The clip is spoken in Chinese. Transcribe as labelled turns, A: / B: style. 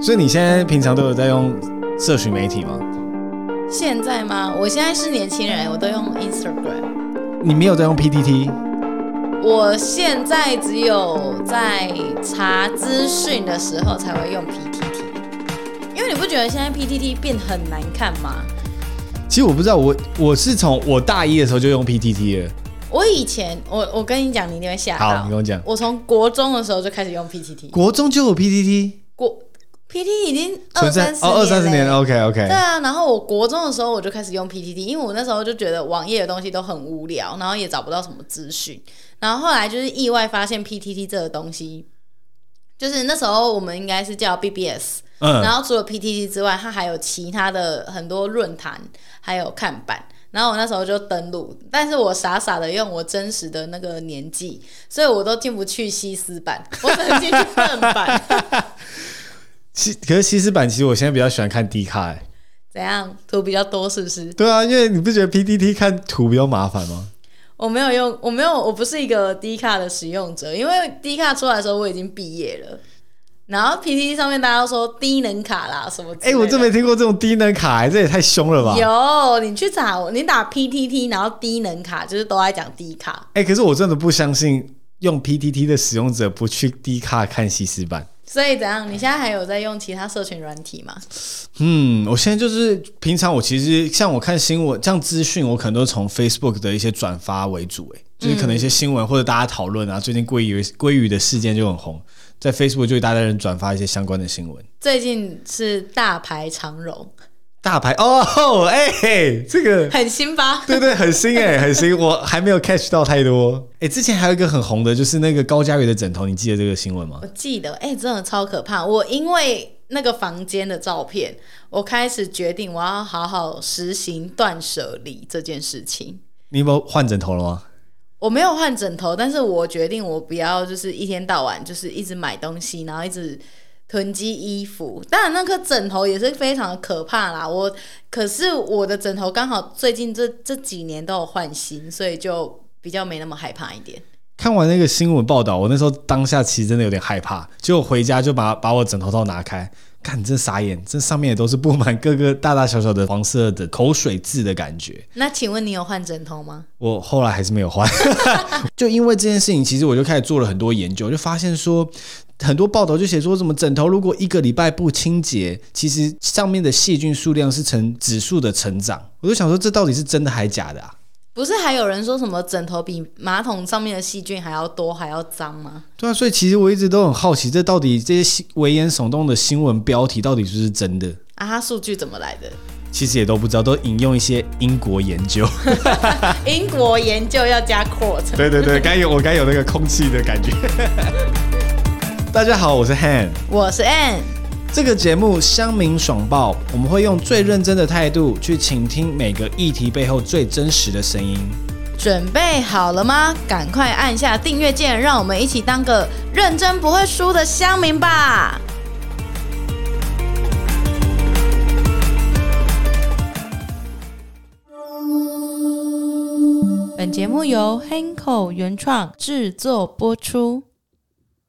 A: 所以你现在平常都有在用社群媒体吗？
B: 现在吗？我现在是年轻人，我都用 Instagram。
A: 你没有在用 PTT，
B: 我现在只有在查资讯的时候才会用 PTT，因为你不觉得现在 PTT 变很难看吗？
A: 其实我不知道，我我是从我大一的时候就用 PTT 了。
B: 我以前，我我跟你讲，你一定会吓到。
A: 好你跟我讲
B: 我从国中的时候就开始用 PTT，
A: 国中就有 PTT，
B: 国 PTT 已经二
A: 存在
B: 三十
A: 哦二三十年
B: 嘞
A: 了，OK OK，
B: 对啊，然后我国中的时候我就开始用 PTT，因为我那时候就觉得网页的东西都很无聊，然后也找不到什么资讯。然后后来就是意外发现 PTT 这个东西，就是那时候我们应该是叫 BBS，、然
A: 嗯，
B: 后除了 PTT 之外，它还有其他的很多论坛，还有看板。然后我那时候就登录，但是我傻傻的用我真实的那个年纪，所以我都进不去西斯版，我只能进去正版。
A: 其可是西施版其实我现在比较喜欢看 D 卡、欸，
B: 怎样图比较多是不是？
A: 对啊，因为你不觉得 PTT 看图比较麻烦吗？
B: 我没有用，我没有，我不是一个 D 卡的使用者，因为 D 卡出来的时候我已经毕业了。然后 PPT 上面大家都说低能卡啦什么之
A: 哎、
B: 类的，
A: 我真没听过这种低能卡、欸，这也太凶了吧？
B: 啊有你去查，你打 PTT 然后低能卡就是都在讲 D 卡，
A: 哎、可是我真的不相信用 PTT 的使用者不去 D 卡看西施版。
B: 所以怎样？你现在还有在用其他社群软体吗？
A: 嗯，我现在就是平常我其实像我看新闻，像资讯，我可能都从 Facebook 的一些转发为主、欸，就是可能一些新闻或者大家讨论啊，最近鲑鱼鲑鱼的事件就很红，在 Facebook 就一大堆人转发一些相关的新闻。
B: 最近是大牌长荣，
A: 大牌哦，哎、这个
B: 很新吧？
A: 对对，很新哎、很新，我还没有 catch 到太多。哎、之前还有一个很红的，就是那个高佳宇的枕头，你记得这个新闻吗
B: 我？记得，哎、真的超可怕。我因为那个房间的照片，我开始决定我要好好实行断舍离这件事情。
A: 你有没有换枕头了吗？
B: 我没有换枕头，但是我决定我不要就是一天到晚就是一直买东西，然后一直囤积衣服。当然，那颗枕头也是非常的可怕啦。我可是我的枕头刚好最近这 这几年都有换新，所以就比较没那么害怕一点。
A: 看完那个新闻报道，我那时候当下其实真的有点害怕，就回家就把把我枕头套拿开，看真傻眼，这上面也都是布满各个大大小小的黄色的口水渍的感觉。
B: 那请问你有换枕头吗？
A: 我后来还是没有换， 就因为这件事情，其实我就开始做了很多研究，就发现说。很多报道就写说，什么枕头如果一个礼拜不清洁，其实上面的细菌数量是呈指数的成长。我就想说，这到底是真的还假的啊？
B: 不是还有人说什么枕头比马桶上面的细菌还要多还要脏吗？
A: 对啊，所以其实我一直都很好奇，这到底这些新危言耸动的新闻标题到底是不是真的？
B: 啊，它数据怎么来的？
A: 其实也都不知道，都引用一些英国研究。
B: 英国研究要加 quote。
A: 对对对，该有我该有那个空气的感觉。 大家好，我是 Han。
B: 我是 Ann，
A: 这个节目《乡民爽报》，我们会用最认真的态度去倾听每个议题背后最真实的声音。
B: 准备好了吗？赶快按下订阅键，让我们一起当个认真不会输的乡民吧！本节目由 Hanko 原创制作播出。